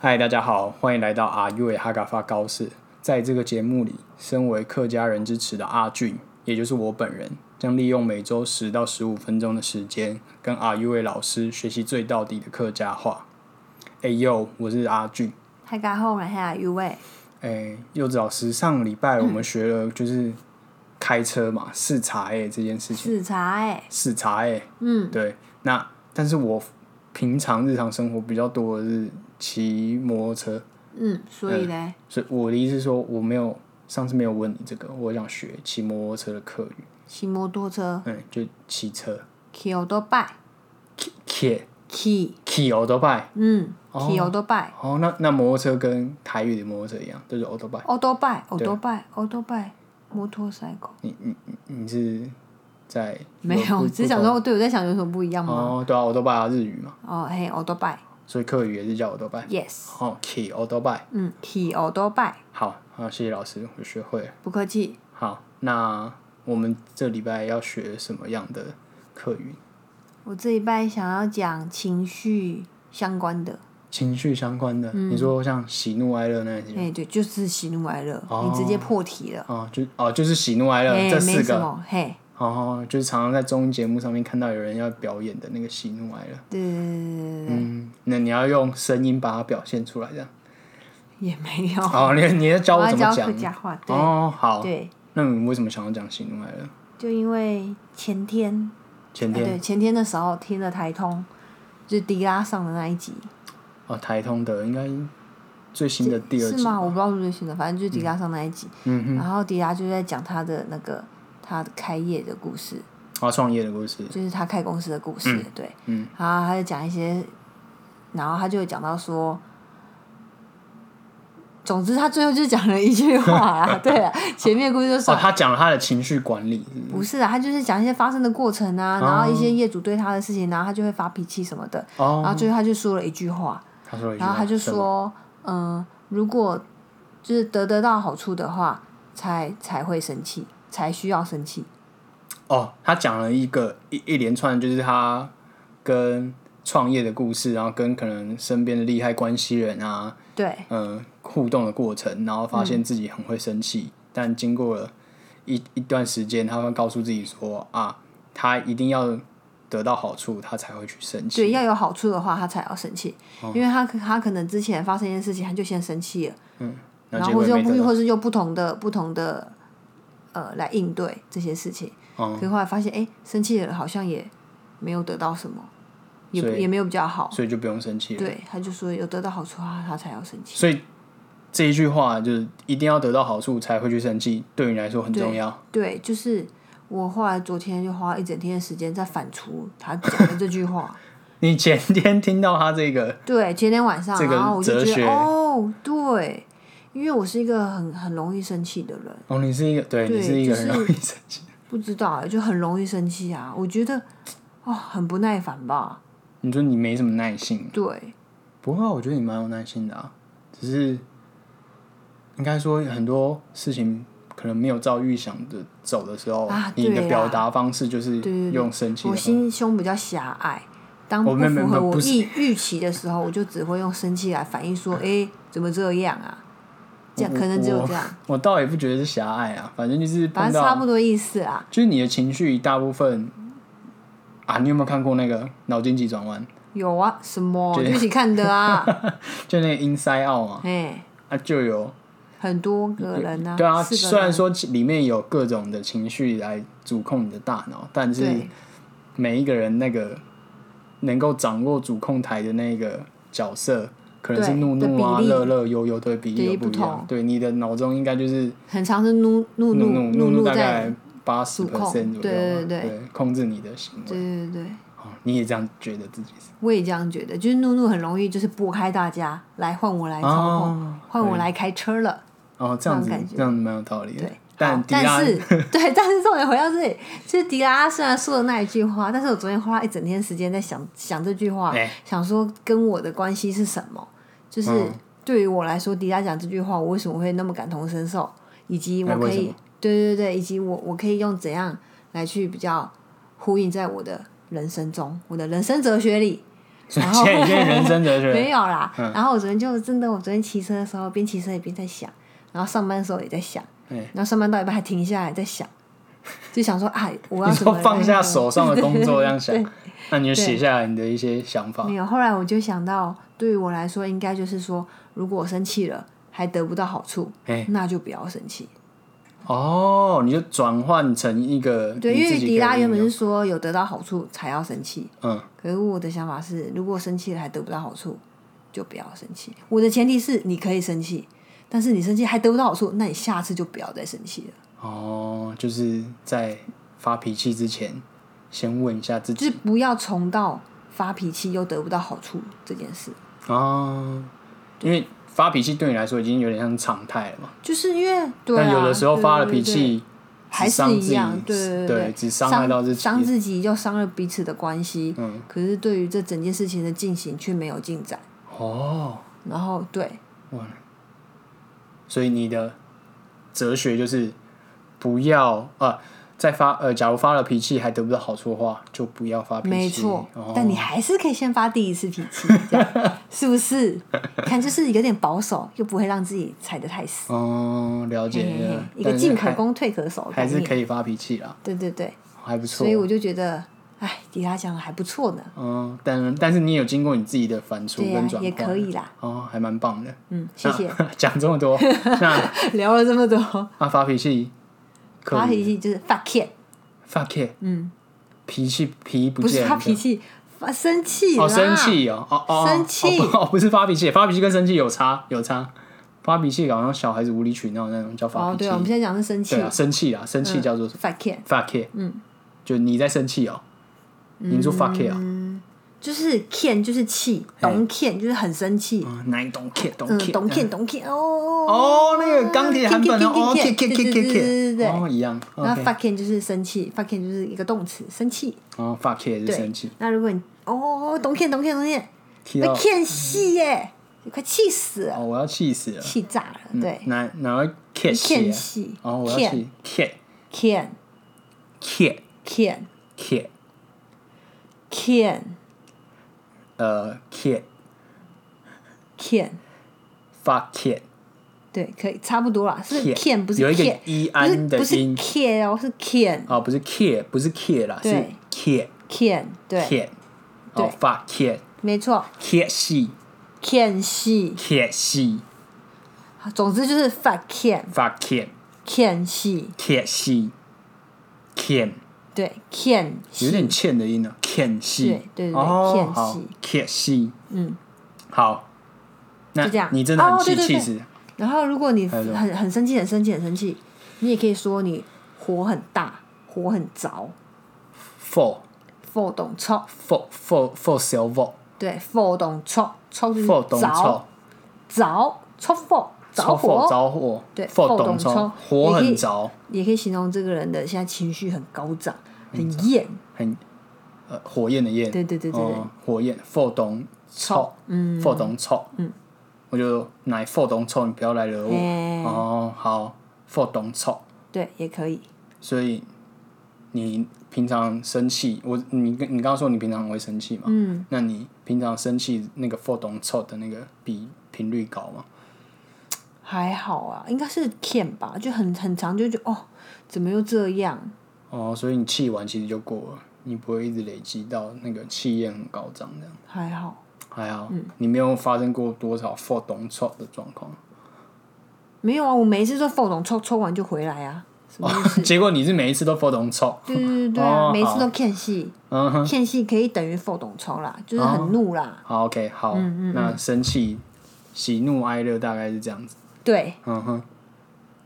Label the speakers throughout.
Speaker 1: 嗨，大家好，欢迎来到阿 U 哈嘎发高士。在这个节目里，身为客家人之耻的阿俊，也就是我本人，将利用每周十到十五分钟的时间，跟阿 U 老师学习最到底的客家话。哎呦，我是阿俊。
Speaker 2: 大家好，我是阿 U 喂。
Speaker 1: 哎，柚子老师，上礼拜我们学了就是开车嘛，视察哎这件事情，
Speaker 2: 视察哎，
Speaker 1: 视察哎，嗯，对。那但是我平常日常生活比较多的是骑摩托车，
Speaker 2: 嗯，所以嘞，
Speaker 1: 所以我的意思是说，我没有上次没有问你这个，我想学骑摩托车的客语，
Speaker 2: 骑摩托车
Speaker 1: 嗯，就骑车
Speaker 2: 去欧多拜，
Speaker 1: ，k
Speaker 2: 去，
Speaker 1: k 欧多拜。
Speaker 2: 嗯，去欧多拜，
Speaker 1: 哦，那那摩托车跟台语的摩托车一样，都是欧多拜。
Speaker 2: 欧多拜，欧多拜，欧多拜，摩托赛狗。
Speaker 1: 你你你你是在
Speaker 2: 没有，只是想说，对我在想有什么不一样吗？
Speaker 1: 哦，对啊，欧多拜啊，日语嘛，
Speaker 2: 哦，嘿，欧多拜
Speaker 1: 所以客语也是叫欧多拜。
Speaker 2: ，yes，
Speaker 1: 哦，k 欧多拜。
Speaker 2: 嗯，去欧多拜，
Speaker 1: 好，好，谢谢老师，我学会了。
Speaker 2: 不客气。
Speaker 1: 好，那我们这礼拜要学什么样的客语？
Speaker 2: 我这一拜想要讲情绪相关的，
Speaker 1: 情绪相关的，
Speaker 2: 嗯
Speaker 1: 你说像喜怒哀乐那些
Speaker 2: 哎，对，就是喜怒哀乐，
Speaker 1: 嗯哦
Speaker 2: 你直接破题了，
Speaker 1: 哦，就哦就是喜怒哀乐
Speaker 2: 哎，
Speaker 1: 这
Speaker 2: 没
Speaker 1: 四
Speaker 2: 什
Speaker 1: 个，
Speaker 2: 么，嘿，
Speaker 1: 哦，就是常常在综艺节目上面看到有人要表演的那个喜怒哀乐，
Speaker 2: 对对对对对，
Speaker 1: 嗯，那你要用声音把它表现出来，这样。
Speaker 2: 也没有，
Speaker 1: 哦，你你要教
Speaker 2: 我
Speaker 1: 我
Speaker 2: 要
Speaker 1: 怎么
Speaker 2: 教客
Speaker 1: 讲？
Speaker 2: 家话，对
Speaker 1: 哦，好，
Speaker 2: 对。
Speaker 1: 那你为什么想要讲喜怒哀乐？
Speaker 2: 就因为前天，
Speaker 1: 前
Speaker 2: 哎
Speaker 1: 天
Speaker 2: 对前天的时候听了台通，就是迪拉上的那一集，
Speaker 1: 哦，台通的应该最新的第二
Speaker 2: 是
Speaker 1: 季，
Speaker 2: 吗？我不知道是不是新的，反正就是迪拉上那一集。
Speaker 1: 嗯哼，
Speaker 2: 然后迪拉就在讲他的那个他的开业的故事，
Speaker 1: 哦，创业的故事，
Speaker 2: 就是他开公司的故事，对。
Speaker 1: 嗯
Speaker 2: 然后他就讲一些，然后他就有讲到说。总之，他最后就讲了一句话 啊，对啊，前面的故事就
Speaker 1: 哦，
Speaker 2: 算了
Speaker 1: 他讲了他的情绪管理，
Speaker 2: 不是啊，他就是讲一些发生的过程啊，然后一些业主对他的事情，然后他就会发脾气什么的。
Speaker 1: 哦
Speaker 2: 然后最后他就说了一句话，
Speaker 1: 他说了一句
Speaker 2: 然
Speaker 1: 话，
Speaker 2: 后他就
Speaker 1: 什么，
Speaker 2: 说，嗯、如果就是得得到好处的话，才才会生气，才需要生气。
Speaker 1: 哦，他讲了一个一一连串，就是他跟创业的故事，然后跟可能身边的利害关系人啊，
Speaker 2: 对，
Speaker 1: 嗯、互动的过程，然后发现自己很会生气，但经过了一一段时间，他会告诉自己说啊，他一定要得到好处，他才会去生气。哦
Speaker 2: 对，要有好处的话，他才要生气，因为他可他可能之前发生一件事情，他就先生气了，然后
Speaker 1: 结
Speaker 2: 或
Speaker 1: 果
Speaker 2: 是
Speaker 1: 也没
Speaker 2: 用不
Speaker 1: 得到，
Speaker 2: 或是用不同的不同的呃来应对这些事情。
Speaker 1: 哦
Speaker 2: 可是后来发现，哎、生气了好像也没有得到什么，也不
Speaker 1: 所以
Speaker 2: 也没有比较好。
Speaker 1: 所以就不用生气了。
Speaker 2: 对，他就说有得到好处啊，他才要生气。
Speaker 1: 所以这一句话就是一定要得到好处才会去生气，对你来说很重要。
Speaker 2: 对，就是我后来昨天就花了一整天的时间在反刍他讲的这句话。
Speaker 1: 你前天听到他这个，
Speaker 2: 对，前天晚上，
Speaker 1: 这个
Speaker 2: 然后我
Speaker 1: 哲
Speaker 2: 就觉
Speaker 1: 学
Speaker 2: 得哦，对，因为我是一个很很容易生气的人，
Speaker 1: 哦，你是一个，对
Speaker 2: 对
Speaker 1: 你是一个
Speaker 2: 就
Speaker 1: 很
Speaker 2: 是
Speaker 1: 容易生气。
Speaker 2: 不知道欸就很容易生气啊。我觉得哦，很不耐烦吧？
Speaker 1: 你说你没什么耐性，
Speaker 2: 对，
Speaker 1: 不过我觉得你蛮有耐心的啊，只是应该说很多事情可能没有照预想的走的时候，
Speaker 2: 啊
Speaker 1: 你的
Speaker 2: 对啊
Speaker 1: 表达方式就是
Speaker 2: 对对对
Speaker 1: 用生气的
Speaker 2: 我
Speaker 1: 方式。
Speaker 2: 心胸比较狭隘。当
Speaker 1: 哦
Speaker 2: 不
Speaker 1: 没有没有
Speaker 2: 符合
Speaker 1: 没有
Speaker 2: 我
Speaker 1: 不是嗯
Speaker 2: 预预期的时候，我就只会用生气来反应，说：“哎、怎么这样啊？”这样可能只有这样，
Speaker 1: 我倒也不觉得是狭隘啊，反正就是碰
Speaker 2: 反正差
Speaker 1: 到
Speaker 2: 不多意思啊。
Speaker 1: 就是你的情绪大部分啊，你有没有看过那个《脑筋急转弯
Speaker 2: 有啊，什么就一起看的 啊？》？
Speaker 1: 就那个 Inside Out 嘛，
Speaker 2: 哎，
Speaker 1: 啊就有
Speaker 2: 很多个人啊，
Speaker 1: 对啊，
Speaker 2: 四个人
Speaker 1: 虽然说里面有各种的情绪来主控你的大脑，但是
Speaker 2: 对
Speaker 1: 每一个人那个能够掌握主控台的那个角色，可能是
Speaker 2: 对
Speaker 1: 怒怒啊、
Speaker 2: 的比例
Speaker 1: 乐乐悠悠，对比例
Speaker 2: 对
Speaker 1: 有不一
Speaker 2: 不
Speaker 1: 样
Speaker 2: 同。
Speaker 1: 对，你的脑中应该就是
Speaker 2: 很常是怒怒
Speaker 1: 怒
Speaker 2: 怒
Speaker 1: 怒
Speaker 2: 怒
Speaker 1: 大
Speaker 2: 在
Speaker 1: 概，八十
Speaker 2: 主控
Speaker 1: percent 左右嘛，
Speaker 2: 对对对
Speaker 1: 对，控制你的行为。
Speaker 2: 对对对，
Speaker 1: 哦，你也这样觉得自己是？
Speaker 2: 我也这样觉得，就是怒怒很容易就是拨开大家，来换我来操控
Speaker 1: 哦，
Speaker 2: 换我来开车了，
Speaker 1: 哦，这样子
Speaker 2: 这种感觉
Speaker 1: 这样蛮有道理的。
Speaker 2: 对。
Speaker 1: 但
Speaker 2: 好
Speaker 1: 迪拉
Speaker 2: 但 是对，但是重点回到这里，就是迪拉虽然说的那一句话，但是我昨天花了一整天时间在想想这句话，
Speaker 1: 哎
Speaker 2: 想说跟我的关系是什么，就是
Speaker 1: 嗯
Speaker 2: 对于我来说，迪拉讲这句话，我为什么会那么感同身受，以及我
Speaker 1: 哎为
Speaker 2: 可
Speaker 1: 什
Speaker 2: 以，
Speaker 1: 么
Speaker 2: 对对对，以及我我可以用怎样来去比较呼应在我的人生中，我的人生哲学里，然后
Speaker 1: 现在现在人生 哲学
Speaker 2: 没有啦。
Speaker 1: 嗯
Speaker 2: 然后我昨天就真的，我昨天骑车的时候边骑车也边在想，然后上班的时候也在想，
Speaker 1: 嗯
Speaker 2: 然后上班到一半还停下哎来 在想，就想说哎，我要
Speaker 1: 你
Speaker 2: 怎么
Speaker 1: 说放下
Speaker 2: 来
Speaker 1: 手上的工作这 样想，那你就写下来你的一些想法
Speaker 2: 没。有，后来我就想到，对于我来说，应该就是说，如果我生气了还得不到好处，
Speaker 1: 哎
Speaker 2: 那就不要生气。
Speaker 1: 哦，你就转换成一个
Speaker 2: 对，
Speaker 1: 你
Speaker 2: 因
Speaker 1: 自
Speaker 2: 为
Speaker 1: 己
Speaker 2: 迪
Speaker 1: 可
Speaker 2: 拉
Speaker 1: 以
Speaker 2: 原本
Speaker 1: 用
Speaker 2: 是说有得到好处才要生气，
Speaker 1: 嗯
Speaker 2: 可是我的想法是，如果生气了还得不到好处，就不要生气。我的前提是你可以生气，但是你生气还得不到好处，那你下次就不要再生气了。
Speaker 1: 哦，就是在发脾气之前，先问一下自己
Speaker 2: 就是不要重蹈发脾气又得不到好处这件事。
Speaker 1: 哦，因为发脾气对你来说已经有点像常态了嘛。
Speaker 2: 就是因为对啊，
Speaker 1: 但有的时候发了
Speaker 2: 对对
Speaker 1: 脾
Speaker 2: 对
Speaker 1: 气，
Speaker 2: 还
Speaker 1: 只
Speaker 2: 是
Speaker 1: 伤自
Speaker 2: 一
Speaker 1: 己
Speaker 2: 样，对对
Speaker 1: 对只伤害到自己
Speaker 2: 伤自己又伤了彼此的关系。嗯，可是对于这整件事情的进行却没有进展，
Speaker 1: 哦，
Speaker 2: 然后对
Speaker 1: 所以你的哲学就是不要呃，在发呃，假如发了脾气还得不到好处的话，就不要发脾气。
Speaker 2: 没错，
Speaker 1: 哦、
Speaker 2: 但你还是可以先发第一次脾气，这样是不是？看就是有点保守，又不会让自己踩得太死，
Speaker 1: 哦，了解
Speaker 2: 嘿嘿
Speaker 1: 了
Speaker 2: 嘿，一
Speaker 1: 但
Speaker 2: 个
Speaker 1: 是
Speaker 2: 进可
Speaker 1: 还
Speaker 2: 攻退可守的概
Speaker 1: 还是
Speaker 2: 念。
Speaker 1: 可以发脾气啦，
Speaker 2: 对对对，
Speaker 1: 还不错
Speaker 2: 所以。我就觉得，哎，迪拉讲的还不错呢，
Speaker 1: 嗯，但但是你也有经过你自己的反刍
Speaker 2: 对呀、
Speaker 1: 跟转换，
Speaker 2: 也可 以啦。
Speaker 1: 哦，还蛮棒的。
Speaker 2: 嗯，谢谢，
Speaker 1: 那 讲这么多，那
Speaker 2: 聊了这么多，
Speaker 1: 那发脾气，可
Speaker 2: 发
Speaker 1: 以
Speaker 2: 脾气就是 fuck it。
Speaker 1: fuck it，嗯，脾气皮不
Speaker 2: 不是
Speaker 1: 见
Speaker 2: 发
Speaker 1: 了。
Speaker 2: 脾气，发生气啦
Speaker 1: 哦，生，气哦，哦哦，
Speaker 2: 生气
Speaker 1: 哦不哦， 不是发脾气，发脾气跟生气有差有差，发脾气好像小孩子无理取闹那种叫发
Speaker 2: 哦，
Speaker 1: 脾
Speaker 2: 对
Speaker 1: 气，
Speaker 2: 啊，我们现在嗯讲的是生气
Speaker 1: 对啊，生气啊，生气叫做
Speaker 2: ，fuck it，
Speaker 1: fuck it，嗯，就你在生气哦，
Speaker 2: 嗯
Speaker 1: 你说 fuck it 啊，
Speaker 2: 就是 can 就是气，懂 can 就是很生气，
Speaker 1: 哪一懂 k 懂
Speaker 2: 嗯，
Speaker 1: k
Speaker 2: 懂 can 懂 can 哦，
Speaker 1: 哦，那个钢铁韩本的哦 k
Speaker 2: kick,
Speaker 1: k
Speaker 2: kick,
Speaker 1: k
Speaker 2: kick,
Speaker 1: k
Speaker 2: kick，对对对
Speaker 1: k，
Speaker 2: 对
Speaker 1: 哦一样
Speaker 2: 那
Speaker 1: ，OK，
Speaker 2: fuck can 就是生气，fuck can 就是一个动词，生气，
Speaker 1: 哦 fuck it 是
Speaker 2: 对
Speaker 1: 生气，
Speaker 2: 那如果你哦懂 can 懂 can 懂 can，
Speaker 1: 气
Speaker 2: 被
Speaker 1: 到
Speaker 2: can 戏耶，你快气死了，
Speaker 1: 哦我要气死了，
Speaker 2: 气炸了，对
Speaker 1: 哪哪会 k
Speaker 2: ，can
Speaker 1: 气
Speaker 2: 戏
Speaker 1: 啊？哦我要气 k
Speaker 2: ，can
Speaker 1: k
Speaker 2: can
Speaker 1: k
Speaker 2: can
Speaker 1: 呃 k
Speaker 2: can，
Speaker 1: fuck it。
Speaker 2: 对，可以差不多啦，是
Speaker 1: Can
Speaker 2: can 不是
Speaker 1: 有一个
Speaker 2: can。
Speaker 1: e
Speaker 2: 不是
Speaker 1: an 的
Speaker 2: 不是
Speaker 1: 音
Speaker 2: can 哦，是 can
Speaker 1: 哦，不是 care，不是 care 啦，是
Speaker 2: 对
Speaker 1: care
Speaker 2: can 对，
Speaker 1: care，哦 fuck care
Speaker 2: 没错
Speaker 1: care 系
Speaker 2: can 系，
Speaker 1: care 系
Speaker 2: 总之就是 fuck can
Speaker 1: fuck care
Speaker 2: can 系，
Speaker 1: care 系 can
Speaker 2: 对 can
Speaker 1: 有
Speaker 2: 系，
Speaker 1: 点欠的音啊呢，can 系
Speaker 2: 对对对
Speaker 1: 哦
Speaker 2: can
Speaker 1: 好
Speaker 2: 系
Speaker 1: care 系
Speaker 2: 嗯，
Speaker 1: 好，那
Speaker 2: 就这样
Speaker 1: 你真的很
Speaker 2: 哦
Speaker 1: 气
Speaker 2: 对对
Speaker 1: 气
Speaker 2: 对
Speaker 1: 死，
Speaker 2: 然后如果你
Speaker 1: 还有什
Speaker 2: 很
Speaker 1: 么
Speaker 2: 很生气很生气很生气，你也可以说你火很大，火很着
Speaker 1: for
Speaker 2: ，for 懂臭，
Speaker 1: for for for silver
Speaker 2: 对 for 懂臭，臭就是
Speaker 1: for 懂
Speaker 2: 嗯着
Speaker 1: 错，
Speaker 2: 着臭 for 着
Speaker 1: 超 for
Speaker 2: 火，
Speaker 1: 着火，
Speaker 2: 对
Speaker 1: for
Speaker 2: ，for
Speaker 1: 懂
Speaker 2: 懂
Speaker 1: 错
Speaker 2: 错，
Speaker 1: 火
Speaker 2: 也可
Speaker 1: 很
Speaker 2: 以
Speaker 1: 着，
Speaker 2: 也可以形容这个人的现在情绪很高涨，很厌，
Speaker 1: 很呃火焰的焰，
Speaker 2: 对对对对对
Speaker 1: 哦，火焰，for 懂臭，嗯，for 懂臭，嗯，我就乃 for 懂臭，你不要来惹我。
Speaker 2: 哎
Speaker 1: 哦，好，for 懂臭，
Speaker 2: 对，也可以。
Speaker 1: 所以你平常生气，我你跟你刚刚说你平常很会生气嘛，嗯，那你平常生气那个 for 懂臭的那个比频率高吗？
Speaker 2: 还好啊，应该是 can 吧，就很很长就觉得哦，怎么又这样？
Speaker 1: 哦，所以你气完其实就过了，你不会一直累积到那个气焰很高涨这样。
Speaker 2: 还好
Speaker 1: 还好，
Speaker 2: 嗯
Speaker 1: 你没有发生过多少 for 懂臭的状况。
Speaker 2: 没有啊，我每一次都否懂抽抽完就回来啊，什么意思？
Speaker 1: 哦结果你是每一次都 for 懂臭，
Speaker 2: 对对对对啊，
Speaker 1: 哦
Speaker 2: 每一次都 can 戏
Speaker 1: 嗯哼，
Speaker 2: ，can 戏可以等于否懂抽啦，就是很怒啦，
Speaker 1: 好 OK 好，
Speaker 2: 嗯
Speaker 1: 那生气、喜怒哀乐大概是这样子，
Speaker 2: 对
Speaker 1: 嗯哼，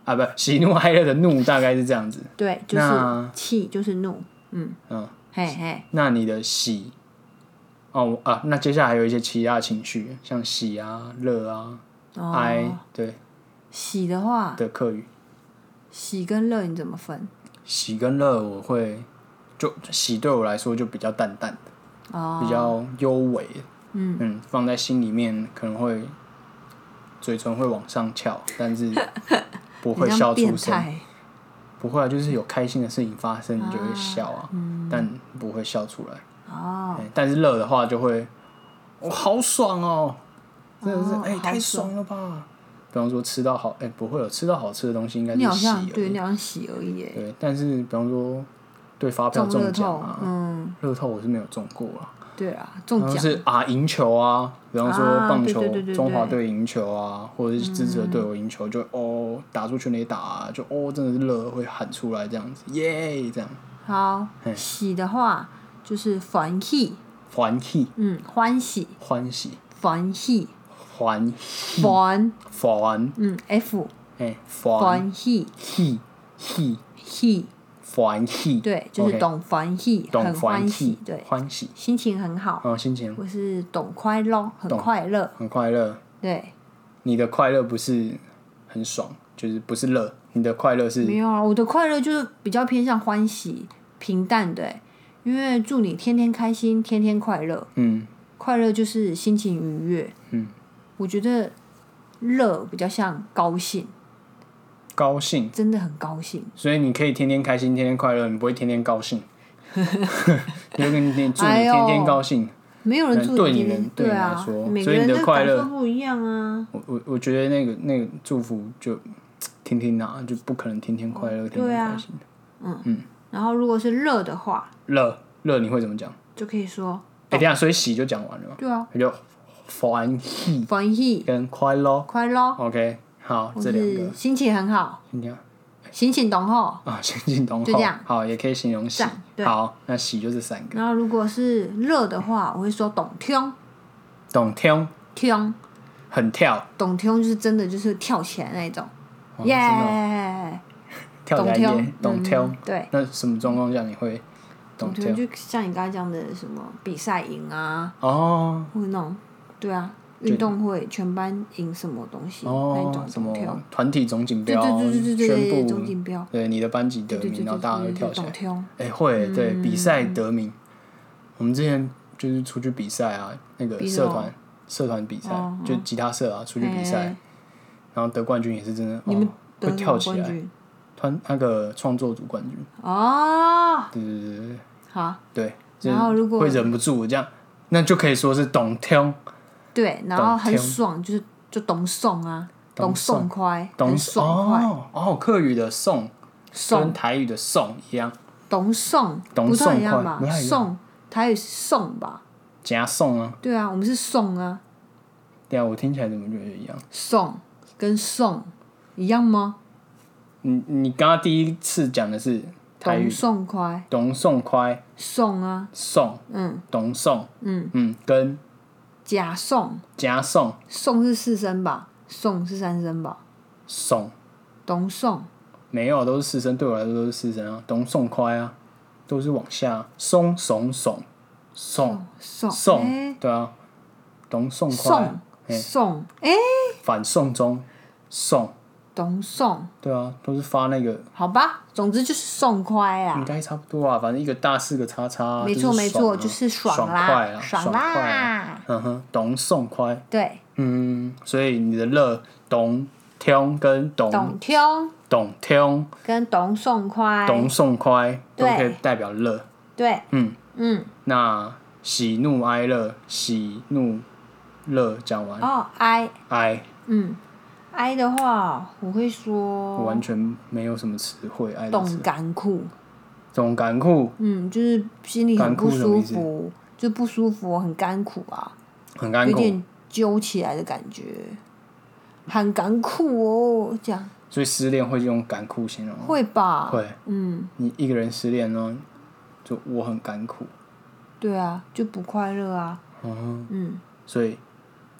Speaker 1: 啊不， 喜怒哀乐的怒大概是这样子，
Speaker 2: 对，就
Speaker 1: 那
Speaker 2: 是气就是怒，嗯
Speaker 1: 嗯，
Speaker 2: 嘿嘿，
Speaker 1: 那你的喜，哦我啊，那接下来还有一些其他的情绪，像喜啊、乐啊、哀、
Speaker 2: 哦，
Speaker 1: 对
Speaker 2: 喜的话，
Speaker 1: 的客语，
Speaker 2: 喜跟乐你怎么分？
Speaker 1: 喜跟乐我会就喜对我来说就比较淡淡的，
Speaker 2: 哦
Speaker 1: 比较幽微，嗯放在心里面可能会嘴唇会往上翘，但 是不会
Speaker 2: 你这
Speaker 1: 笑出
Speaker 2: 样变
Speaker 1: 声。
Speaker 2: 态，
Speaker 1: 不会啊，就是有开心的事情发生，啊你就会笑啊，但不会笑出来。
Speaker 2: 嗯哦，
Speaker 1: 哎但是乐的话就会我、好爽哦，真的是
Speaker 2: 哦
Speaker 1: 哎、
Speaker 2: 好
Speaker 1: 太爽了吧！比方说吃到好，哎、不会有吃到好吃的东西，应该
Speaker 2: 你
Speaker 1: 是
Speaker 2: 好
Speaker 1: 喜而
Speaker 2: 像
Speaker 1: 已
Speaker 2: 对你好像喜而已耶，
Speaker 1: 对，但是比方说对发票
Speaker 2: 中乐
Speaker 1: 中奖
Speaker 2: 透，
Speaker 1: 啊，
Speaker 2: 嗯，
Speaker 1: 乐透我是没有中过啊，
Speaker 2: 对啊，中
Speaker 1: 然后
Speaker 2: 奖
Speaker 1: 是啊赢球啊，比方说
Speaker 2: 啊
Speaker 1: 棒
Speaker 2: 对
Speaker 1: 球、
Speaker 2: 对对对
Speaker 1: 中华
Speaker 2: 对嗯
Speaker 1: 队赢球啊，或者是支持的队友赢球，就哦打出全垒打、啊，就哦真的是乐会喊出来这样子，耶这样
Speaker 2: 好
Speaker 1: 嘿
Speaker 2: 喜的话就是欢喜，
Speaker 1: 欢喜
Speaker 2: 嗯，欢喜
Speaker 1: 欢喜
Speaker 2: 欢喜
Speaker 1: 欢
Speaker 2: 欢，
Speaker 1: 欢
Speaker 2: 嗯，F
Speaker 1: 哎欢
Speaker 2: 欢喜
Speaker 1: 喜喜
Speaker 2: 喜，
Speaker 1: 欢喜，
Speaker 2: 对，就是
Speaker 1: OK，
Speaker 2: 懂欢喜，
Speaker 1: 懂
Speaker 2: 很欢
Speaker 1: 喜
Speaker 2: 喜，对，
Speaker 1: 欢喜，
Speaker 2: 心情很好，
Speaker 1: 然后心情
Speaker 2: 或是懂快乐，很快乐，
Speaker 1: 很快乐，
Speaker 2: 对，
Speaker 1: 你的快乐不是很爽，就是不是乐，你的快乐
Speaker 2: 没
Speaker 1: 是
Speaker 2: 有啊，我的快乐就是比较偏向欢喜平淡的欸，因为祝你天天开心，天天快乐，
Speaker 1: 嗯
Speaker 2: 快乐就是心情愉悦，
Speaker 1: 嗯，
Speaker 2: 我觉得乐比较像高兴，
Speaker 1: 高兴，
Speaker 2: 真的很高兴。
Speaker 1: 所以你可以天天开心，天天快乐，你不会天天高 兴。你会跟你祝
Speaker 2: 哎
Speaker 1: 你
Speaker 2: 呦
Speaker 1: 天天高兴，
Speaker 2: 没有人
Speaker 1: 嗯
Speaker 2: 祝
Speaker 1: 对
Speaker 2: 你
Speaker 1: 你
Speaker 2: 天天
Speaker 1: 们对你来
Speaker 2: 啊
Speaker 1: 说，
Speaker 2: 每
Speaker 1: 所
Speaker 2: 个
Speaker 1: 以你
Speaker 2: 人
Speaker 1: 的
Speaker 2: 的
Speaker 1: 快
Speaker 2: 感
Speaker 1: 乐
Speaker 2: 受不一样啊。
Speaker 1: 我我我觉得那个那个祝福就听听啊，就不可能天天快乐，天
Speaker 2: 对
Speaker 1: 天
Speaker 2: 啊
Speaker 1: 开心。
Speaker 2: 然后如果是乐的话，
Speaker 1: 乐乐你会怎么讲？
Speaker 2: 就可以说
Speaker 1: 哎，等一下，所以喜就讲完了嘛，
Speaker 2: 对啊，
Speaker 1: 那就欢喜
Speaker 2: 欢喜
Speaker 1: 跟快乐。
Speaker 2: 快乐，
Speaker 1: OK，好，
Speaker 2: 或
Speaker 1: 这两个
Speaker 2: 是，心情很好，
Speaker 1: 你看。
Speaker 2: 心情懂好。
Speaker 1: 啊， 先进同
Speaker 2: 就
Speaker 1: 后
Speaker 2: 这样
Speaker 1: 好，也可以形容喜
Speaker 2: 赞。对
Speaker 1: 好，那喜就是三个，
Speaker 2: 然后如果是乐的话，我会说懂听
Speaker 1: 懂跳，
Speaker 2: 听
Speaker 1: 很跳，
Speaker 2: 懂听，就是真的就是跳起来那一种，
Speaker 1: 哇
Speaker 2: 耶、
Speaker 1: 真的哦跳起来
Speaker 2: 懂
Speaker 1: 也
Speaker 2: 听
Speaker 1: 懂跳。
Speaker 2: 嗯对，
Speaker 1: 那什么状况下你会懂
Speaker 2: 懂
Speaker 1: 跳
Speaker 2: 听？就像你刚才讲的什么比赛赢啊，
Speaker 1: 哦
Speaker 2: 或者那种对啊，运动会全班赢什么东西、那一
Speaker 1: 哦
Speaker 2: 种，
Speaker 1: 什
Speaker 2: 懂跳
Speaker 1: 么。团体总锦
Speaker 2: 对
Speaker 1: 标
Speaker 2: 对对对对对对，
Speaker 1: 宣
Speaker 2: 总
Speaker 1: 布，
Speaker 2: 锦标，
Speaker 1: 对你的班级得
Speaker 2: 对对对
Speaker 1: 名，
Speaker 2: 对
Speaker 1: 然后
Speaker 2: 对
Speaker 1: 大家会
Speaker 2: 对
Speaker 1: 跳
Speaker 2: 对，
Speaker 1: 起来
Speaker 2: 懂。嗯听，
Speaker 1: 哎，会对比赛得名。我们之前就是出去比赛啊，那个
Speaker 2: 比什
Speaker 1: 社
Speaker 2: 么
Speaker 1: 团社团比赛
Speaker 2: 哦，
Speaker 1: 就吉他社啊，出去比赛
Speaker 2: 哎，
Speaker 1: 然后得冠军也是真的，
Speaker 2: 你们
Speaker 1: 哦
Speaker 2: 得
Speaker 1: 会
Speaker 2: 什
Speaker 1: 跳
Speaker 2: 么
Speaker 1: 起
Speaker 2: 冠
Speaker 1: 来。
Speaker 2: 军？
Speaker 1: 团那个创作组冠军，
Speaker 2: 哦，
Speaker 1: 对对对对
Speaker 2: 好，
Speaker 1: 对，
Speaker 2: 然后
Speaker 1: 就是
Speaker 2: 如果
Speaker 1: 会忍不住这样，那就可以说是懂听
Speaker 2: 对，然后
Speaker 1: 懂
Speaker 2: 很
Speaker 1: 听
Speaker 2: 爽，就是就懂送啊，
Speaker 1: 懂
Speaker 2: 懂送快，
Speaker 1: 懂
Speaker 2: 很爽快，
Speaker 1: 哦哦，客语的送跟
Speaker 2: 送
Speaker 1: 台语的送一样，
Speaker 2: 懂送，
Speaker 1: 懂
Speaker 2: 不太
Speaker 1: 送
Speaker 2: 一样
Speaker 1: 快
Speaker 2: 吧
Speaker 1: 不？太一样
Speaker 2: 送台语是送吧？
Speaker 1: 加送啊，
Speaker 2: 对啊，我们是送啊，
Speaker 1: 对啊，我听起来怎么觉得一样？
Speaker 2: 送跟送一样吗？
Speaker 1: 你你刚刚第一次讲的是台
Speaker 2: 懂
Speaker 1: 语，
Speaker 2: 送快，
Speaker 1: 懂送快
Speaker 2: 送啊，
Speaker 1: 送
Speaker 2: 嗯
Speaker 1: 懂送，
Speaker 2: 嗯，
Speaker 1: 嗯，跟
Speaker 2: 假送，
Speaker 1: 加送
Speaker 2: 送是四声吧？送是三声吧？
Speaker 1: 送
Speaker 2: 懂送。
Speaker 1: 没有啊都是四声，对我来说都是四声啊，懂送快啊，都是往下松怂怂送。
Speaker 2: 送
Speaker 1: 送，
Speaker 2: 欸
Speaker 1: 对啊，懂送快
Speaker 2: 送，送哎，
Speaker 1: 反送中送，
Speaker 2: 懂送，
Speaker 1: 对啊，都是发那个，
Speaker 2: 好吧，总之就是送快
Speaker 1: 应
Speaker 2: 啊，
Speaker 1: 该差不多啊，反正一个大四个叉叉，
Speaker 2: 没错
Speaker 1: 就是
Speaker 2: 没错，
Speaker 1: 爽啊
Speaker 2: 就是
Speaker 1: 爽快
Speaker 2: 啦，
Speaker 1: 啊，
Speaker 2: 爽
Speaker 1: 爽快啊，
Speaker 2: 啦，
Speaker 1: 嗯哼，懂送快，
Speaker 2: 对，
Speaker 1: 嗯，所以你的乐懂听跟懂
Speaker 2: 懂听
Speaker 1: 懂听
Speaker 2: 跟懂送快，
Speaker 1: 懂送快都
Speaker 2: 哎对
Speaker 1: 可以代表乐，
Speaker 2: 对，
Speaker 1: 嗯
Speaker 2: 嗯，
Speaker 1: 那喜怒哀乐，喜怒乐讲完，
Speaker 2: 哦，i，
Speaker 1: 哀
Speaker 2: 嗯，i 的话，我会
Speaker 1: 我
Speaker 2: 说
Speaker 1: 完全没有什么词汇，哀的词
Speaker 2: 哦懂。感苦，
Speaker 1: 总感酷
Speaker 2: 嗯，就是心里很
Speaker 1: 干枯
Speaker 2: 不
Speaker 1: 什么
Speaker 2: 舒
Speaker 1: 意思
Speaker 2: 服，就不舒服，很干苦啊，
Speaker 1: 很干
Speaker 2: 有
Speaker 1: 苦，
Speaker 2: 点揪起来的感觉，很干苦哦，这样
Speaker 1: 所以失恋会用干苦形容。
Speaker 2: 会吧？
Speaker 1: 会，
Speaker 2: 嗯，
Speaker 1: 你一个人失恋呢，就我很干苦，
Speaker 2: 对啊，就不快乐啊。嗯，
Speaker 1: 所以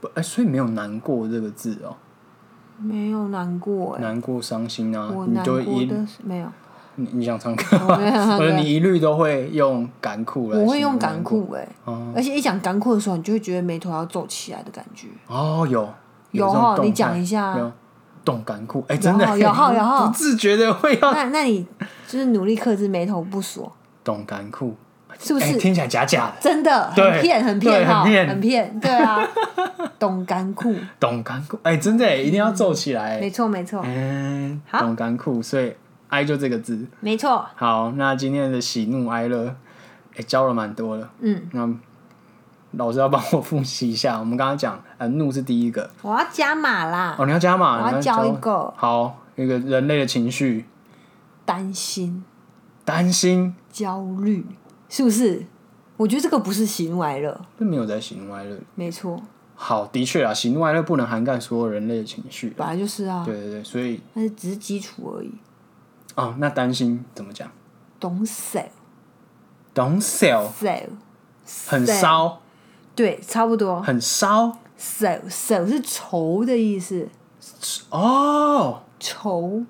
Speaker 1: 不哎、所以没有难过这个字哦、
Speaker 2: 没有难过哎、
Speaker 1: 难过、伤心啊
Speaker 2: 我，
Speaker 1: 你
Speaker 2: 难
Speaker 1: 就
Speaker 2: 过
Speaker 1: 会一
Speaker 2: 的是没有，
Speaker 1: 你你想唱歌
Speaker 2: 我没有唱
Speaker 1: 吗？
Speaker 2: 歌
Speaker 1: 或者你一律都会用干苦来形容难
Speaker 2: 我
Speaker 1: 过？
Speaker 2: 会用感苦哎、
Speaker 1: 哦
Speaker 2: 而且一讲感苦的时候，你就会觉得眉头要皱起来的感觉。
Speaker 1: 哦，有
Speaker 2: 有
Speaker 1: 这种
Speaker 2: 哈
Speaker 1: 动态
Speaker 2: 你讲一下啊
Speaker 1: 有动感苦，哎、真的
Speaker 2: 有哈有哈
Speaker 1: 不自觉的会要
Speaker 2: 那那你就是努力克制眉头不锁，
Speaker 1: 动感苦，
Speaker 2: 是不
Speaker 1: 哎、
Speaker 2: 是？
Speaker 1: 听起来假假的，
Speaker 2: 真的
Speaker 1: 对
Speaker 2: 很骗，很
Speaker 1: 对
Speaker 2: 骗哈，
Speaker 1: 很骗
Speaker 2: 很骗，对 啊，懂感苦，
Speaker 1: 动感苦，哎、真的、哎一定要皱起来、
Speaker 2: 嗯没错没错
Speaker 1: 嗯，
Speaker 2: 好
Speaker 1: 懂干酷，所以哀就这个字。
Speaker 2: 没错，
Speaker 1: 好，那今天的喜怒哀乐，哎、教了蛮多了。
Speaker 2: 嗯，
Speaker 1: 那老师要帮我复习一下。我们刚刚讲，呃，怒是第一个，
Speaker 2: 我要加码啦，
Speaker 1: 哦，你要加码，
Speaker 2: 我要
Speaker 1: 你
Speaker 2: 教一个
Speaker 1: 好一个人类的情绪，
Speaker 2: 担心、
Speaker 1: 担心，
Speaker 2: 焦虑，是不是？我觉得这个不是喜怒哀乐，
Speaker 1: 这没有在喜怒哀乐。
Speaker 2: 没错，
Speaker 1: 好，的确啊，喜怒哀乐不能涵盖所有人类的情绪。
Speaker 2: 本来就是啊，
Speaker 1: 对对对，所以
Speaker 2: 但是只是基础而已。
Speaker 1: 哦，那担心怎么讲？
Speaker 2: 懂 sell
Speaker 1: 懂 sell，
Speaker 2: sell，
Speaker 1: 很骚，
Speaker 2: 对，差不多。
Speaker 1: 很骚
Speaker 2: sell sell 是愁的意思，
Speaker 1: 哦
Speaker 2: 愁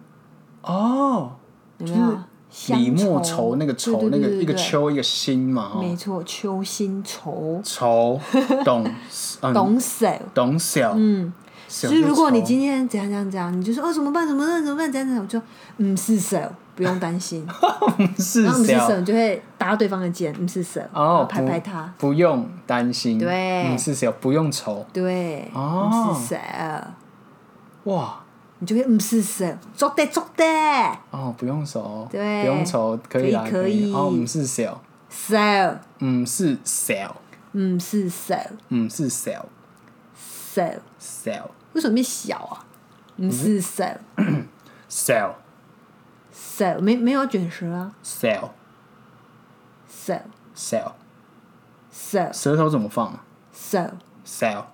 Speaker 1: 哦，
Speaker 2: 有没有？乡
Speaker 1: 李莫愁那个
Speaker 2: 对
Speaker 1: 愁，那
Speaker 2: 对
Speaker 1: 个
Speaker 2: 对对
Speaker 1: 一个
Speaker 2: 对
Speaker 1: 秋一个心嘛，
Speaker 2: 没
Speaker 1: 哦，
Speaker 2: 错，秋心愁，
Speaker 1: 愁 懂嗯
Speaker 2: 懂 sell。
Speaker 1: 懂 sell，
Speaker 2: 嗯，
Speaker 1: 所
Speaker 2: 就是如果你今天怎样怎样怎样，你就说哦怎么办怎么办怎么办怎样怎样，我就嗯是 sell，不用担心。
Speaker 1: 是
Speaker 2: 然后我们是
Speaker 1: sell
Speaker 2: 手，你就会搭对方的肩，嗯是手，然后
Speaker 1: 哦，
Speaker 2: 拍
Speaker 1: 不
Speaker 2: 拍他，，
Speaker 1: 不用担心，
Speaker 2: 对
Speaker 1: 嗯，是 sell 不用愁，
Speaker 2: 对，
Speaker 1: 哦
Speaker 2: 嗯是手，
Speaker 1: 哇
Speaker 2: 你就会嗯是手，做的做的
Speaker 1: 哦，不用愁，
Speaker 2: 对
Speaker 1: 不用愁，可以啊，
Speaker 2: 可以可以
Speaker 1: 哦，嗯是 sell，
Speaker 2: 手，
Speaker 1: 嗯是 sell，
Speaker 2: 嗯是手
Speaker 1: 嗯是 sell
Speaker 2: 手，
Speaker 1: sell
Speaker 2: 为什么变小啊？嗯是手
Speaker 1: sell
Speaker 2: 手，没没有卷舌啊，
Speaker 1: sell
Speaker 2: 手
Speaker 1: sell，
Speaker 2: 手
Speaker 1: 舌头怎么放啊
Speaker 2: 手，
Speaker 1: ？sell，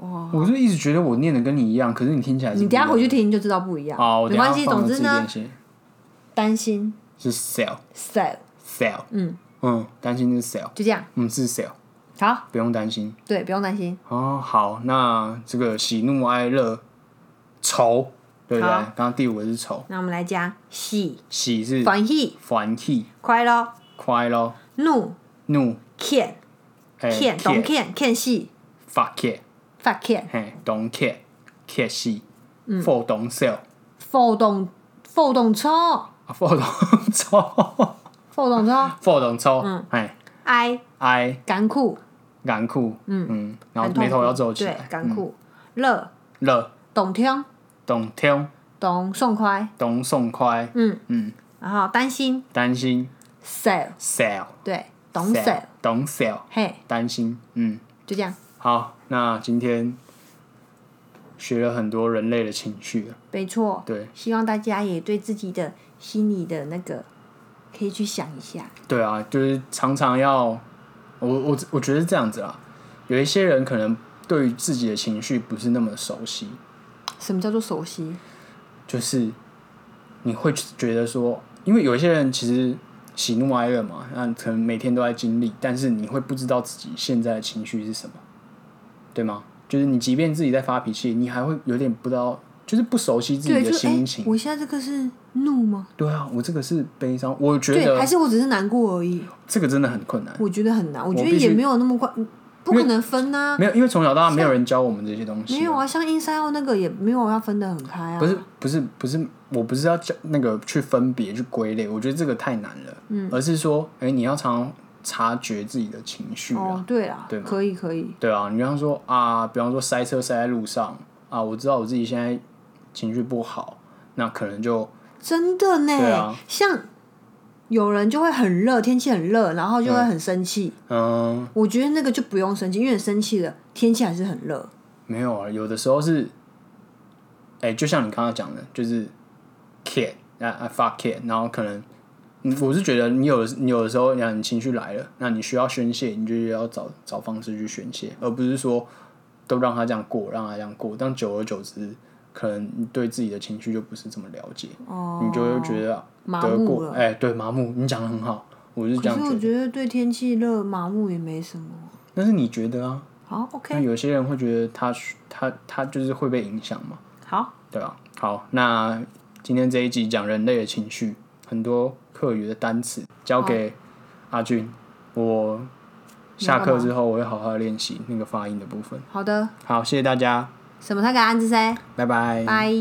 Speaker 2: 哇！
Speaker 1: 我就一直觉得我念的跟你一样，可是你听起来是
Speaker 2: 你
Speaker 1: 不一
Speaker 2: 等一
Speaker 1: 样
Speaker 2: 下回去听就知道不一样
Speaker 1: 哦，我，
Speaker 2: 没
Speaker 1: 等一下
Speaker 2: 关系。
Speaker 1: 放
Speaker 2: 总
Speaker 1: 我
Speaker 2: 之
Speaker 1: 自己练
Speaker 2: 呢，
Speaker 1: 习
Speaker 2: 担心
Speaker 1: 是 sell
Speaker 2: 手
Speaker 1: sell，
Speaker 2: 嗯
Speaker 1: 嗯，担心是 sell，
Speaker 2: 就这样，
Speaker 1: 嗯是 sell，
Speaker 2: 好，
Speaker 1: 不用担心。
Speaker 2: 对，不用担心，
Speaker 1: 哦，好，那这个喜怒哀乐愁，对不对？
Speaker 2: 好
Speaker 1: 刚刚第五个是愁，
Speaker 2: 那我们来加喜
Speaker 1: 喜是
Speaker 2: 欢喜
Speaker 1: 欢喜、
Speaker 2: 快乐
Speaker 1: 快乐、
Speaker 2: 怒
Speaker 1: 怒、
Speaker 2: 欠
Speaker 1: 哎
Speaker 2: 欠懂欠欠戏
Speaker 1: 发气，
Speaker 2: 发欠
Speaker 1: 嘿，懂气、气喜，
Speaker 2: 嗯
Speaker 1: 否懂笑，
Speaker 2: 浮动浮动错
Speaker 1: 啊否懂 愁，
Speaker 2: 浮动错
Speaker 1: 否懂愁
Speaker 2: 嗯，
Speaker 1: 哎，
Speaker 2: 哀
Speaker 1: 哀、
Speaker 2: 干苦
Speaker 1: 眼苦，嗯嗯，然后
Speaker 2: 很痛
Speaker 1: 眉头要皱
Speaker 2: 苦
Speaker 1: 起
Speaker 2: 对
Speaker 1: 来，嗯
Speaker 2: 干苦乐
Speaker 1: 乐、
Speaker 2: 懂听
Speaker 1: 懂听、
Speaker 2: 懂爽快
Speaker 1: 懂爽快，
Speaker 2: 嗯，
Speaker 1: 嗯，
Speaker 2: 然后担心
Speaker 1: 担心
Speaker 2: sell
Speaker 1: sell，
Speaker 2: 对懂 sell
Speaker 1: 懂 sell，
Speaker 2: 嘿
Speaker 1: 担心，嗯。
Speaker 2: 就这样
Speaker 1: 好，那今天学了很多人类的情绪了，
Speaker 2: 没错
Speaker 1: 对
Speaker 2: 希望大家也对自己的心理的那个可以去想一下
Speaker 1: 对啊，就是常常要，我我我觉得是这样子啦，有一些人可能对于自己的情绪不是那么熟悉，
Speaker 2: 什么叫做熟悉
Speaker 1: 就是你会觉得说，因为有一些人其实喜怒哀乐嘛，那可能每天都在经历，但是你会不知道自己现在的情绪是什么，对吗？就是你即便自己在发脾气，你还会有点不知道，就是不熟悉自己
Speaker 2: 对
Speaker 1: 的
Speaker 2: 就哎
Speaker 1: 心情。
Speaker 2: 我现在这个是怒吗
Speaker 1: 对啊，我这个是悲伤，我觉
Speaker 2: 对还
Speaker 1: 得啊
Speaker 2: 是我只是难过而已
Speaker 1: 这个真的很困难。
Speaker 2: 我觉得很难，我觉得
Speaker 1: 必须
Speaker 2: 也没有那么快，不可能分啊呐、
Speaker 1: 没有，因为从小到大没有人教我们这些东西。
Speaker 2: 没有啊，像 Inside Out 那个也没有要分得很开啊。
Speaker 1: 不是不是不是，我不是要教那个去分别去归类，我觉得这个太难了。嗯，而是说，哎、你要常常察觉自己的情绪啊。
Speaker 2: 哦，对啦，
Speaker 1: 对嘛
Speaker 2: 可以可以，
Speaker 1: 对啊，你比方说啊，比方说塞车塞在路上啊，我知道我自己现在情绪不好，那可能就
Speaker 2: 真的呢。
Speaker 1: 对啊
Speaker 2: 像有人就会很热，天气很热，然后就会很生气。
Speaker 1: 嗯
Speaker 2: 我觉得那个就不用生气，因为你生气了，天气还是很热。
Speaker 1: 没有啊，有的时候是，哎、就像你刚刚讲的，就是 kid 啊啊 fuck kid，然后可能，嗯我是觉得你有的你有的时候，你情绪来了，那你需要宣泄，你就要找找方式去宣泄，而不是说都让他这样过，让他这样过，但久而久之，可能你对自己的情绪就不是这么了解，
Speaker 2: 哦，
Speaker 1: 你就会觉得
Speaker 2: 麻
Speaker 1: 得
Speaker 2: 木
Speaker 1: 过，
Speaker 2: 了
Speaker 1: 哎、对，麻木，你讲的很好，我是这
Speaker 2: 可
Speaker 1: 样
Speaker 2: 是我
Speaker 1: 觉得，
Speaker 2: 觉得对天气热麻木也没什么。
Speaker 1: 但是你觉得啊？
Speaker 2: 好
Speaker 1: 那
Speaker 2: ，OK，
Speaker 1: 有些人会觉得他他他就是会被影响嘛。
Speaker 2: 好，
Speaker 1: 对啊，好，那今天这一集讲人类的情绪，很多课余的单词交给阿俊，我下课之后我会好好练习那个发音的部分。
Speaker 2: 好的，
Speaker 1: 好，谢谢大家，
Speaker 2: 什么他给安子噻，
Speaker 1: 拜拜。
Speaker 2: 拜。